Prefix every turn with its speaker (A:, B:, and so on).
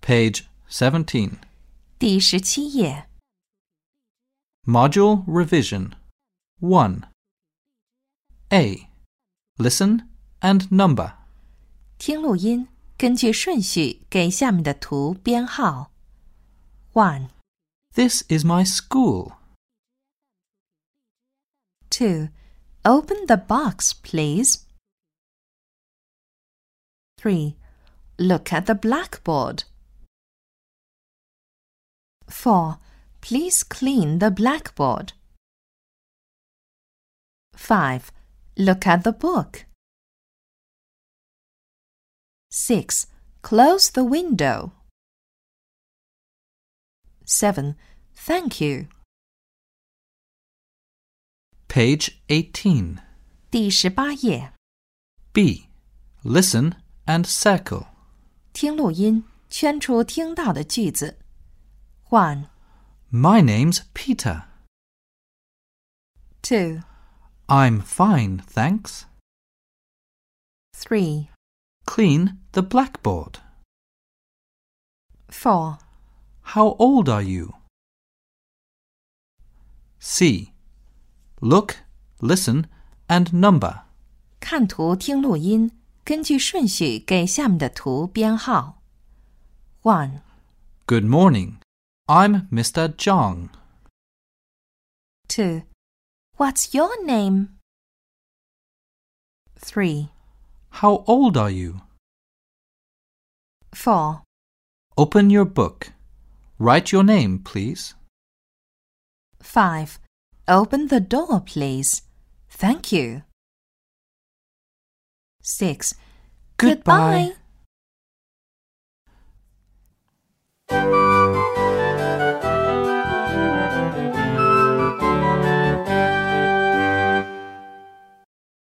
A: Page 17.
B: 第十七页
A: Module Revision 1. A. Listen and number.
B: 听录音，根据顺序给下面的图编号。One,
A: This is my school.
B: two, open the box, please. Three, look at the blackboard. Four, please clean the blackboard. Five, look at the book. Six, close the window. Seven, thank you.
A: Page 18.
B: 第十八页，
A: B. Listen and circle.
B: 听录音，圈出听到的句子。One,
A: My name's Peter.
B: two,
A: I'm fine, thanks.
B: three,
A: Clean the blackboard.
B: four,
A: How old are you? C. Look, listen, and number.
B: 看图听录音，根据顺序给下面的图编号。One,
A: Good morning. I'm Mr. Zhang.
B: two, What's your name? Three,
A: How old are you?
B: four,
A: Open your book. Write your name, please.
B: five. Open the door, please. Thank you. Six. Goodbye.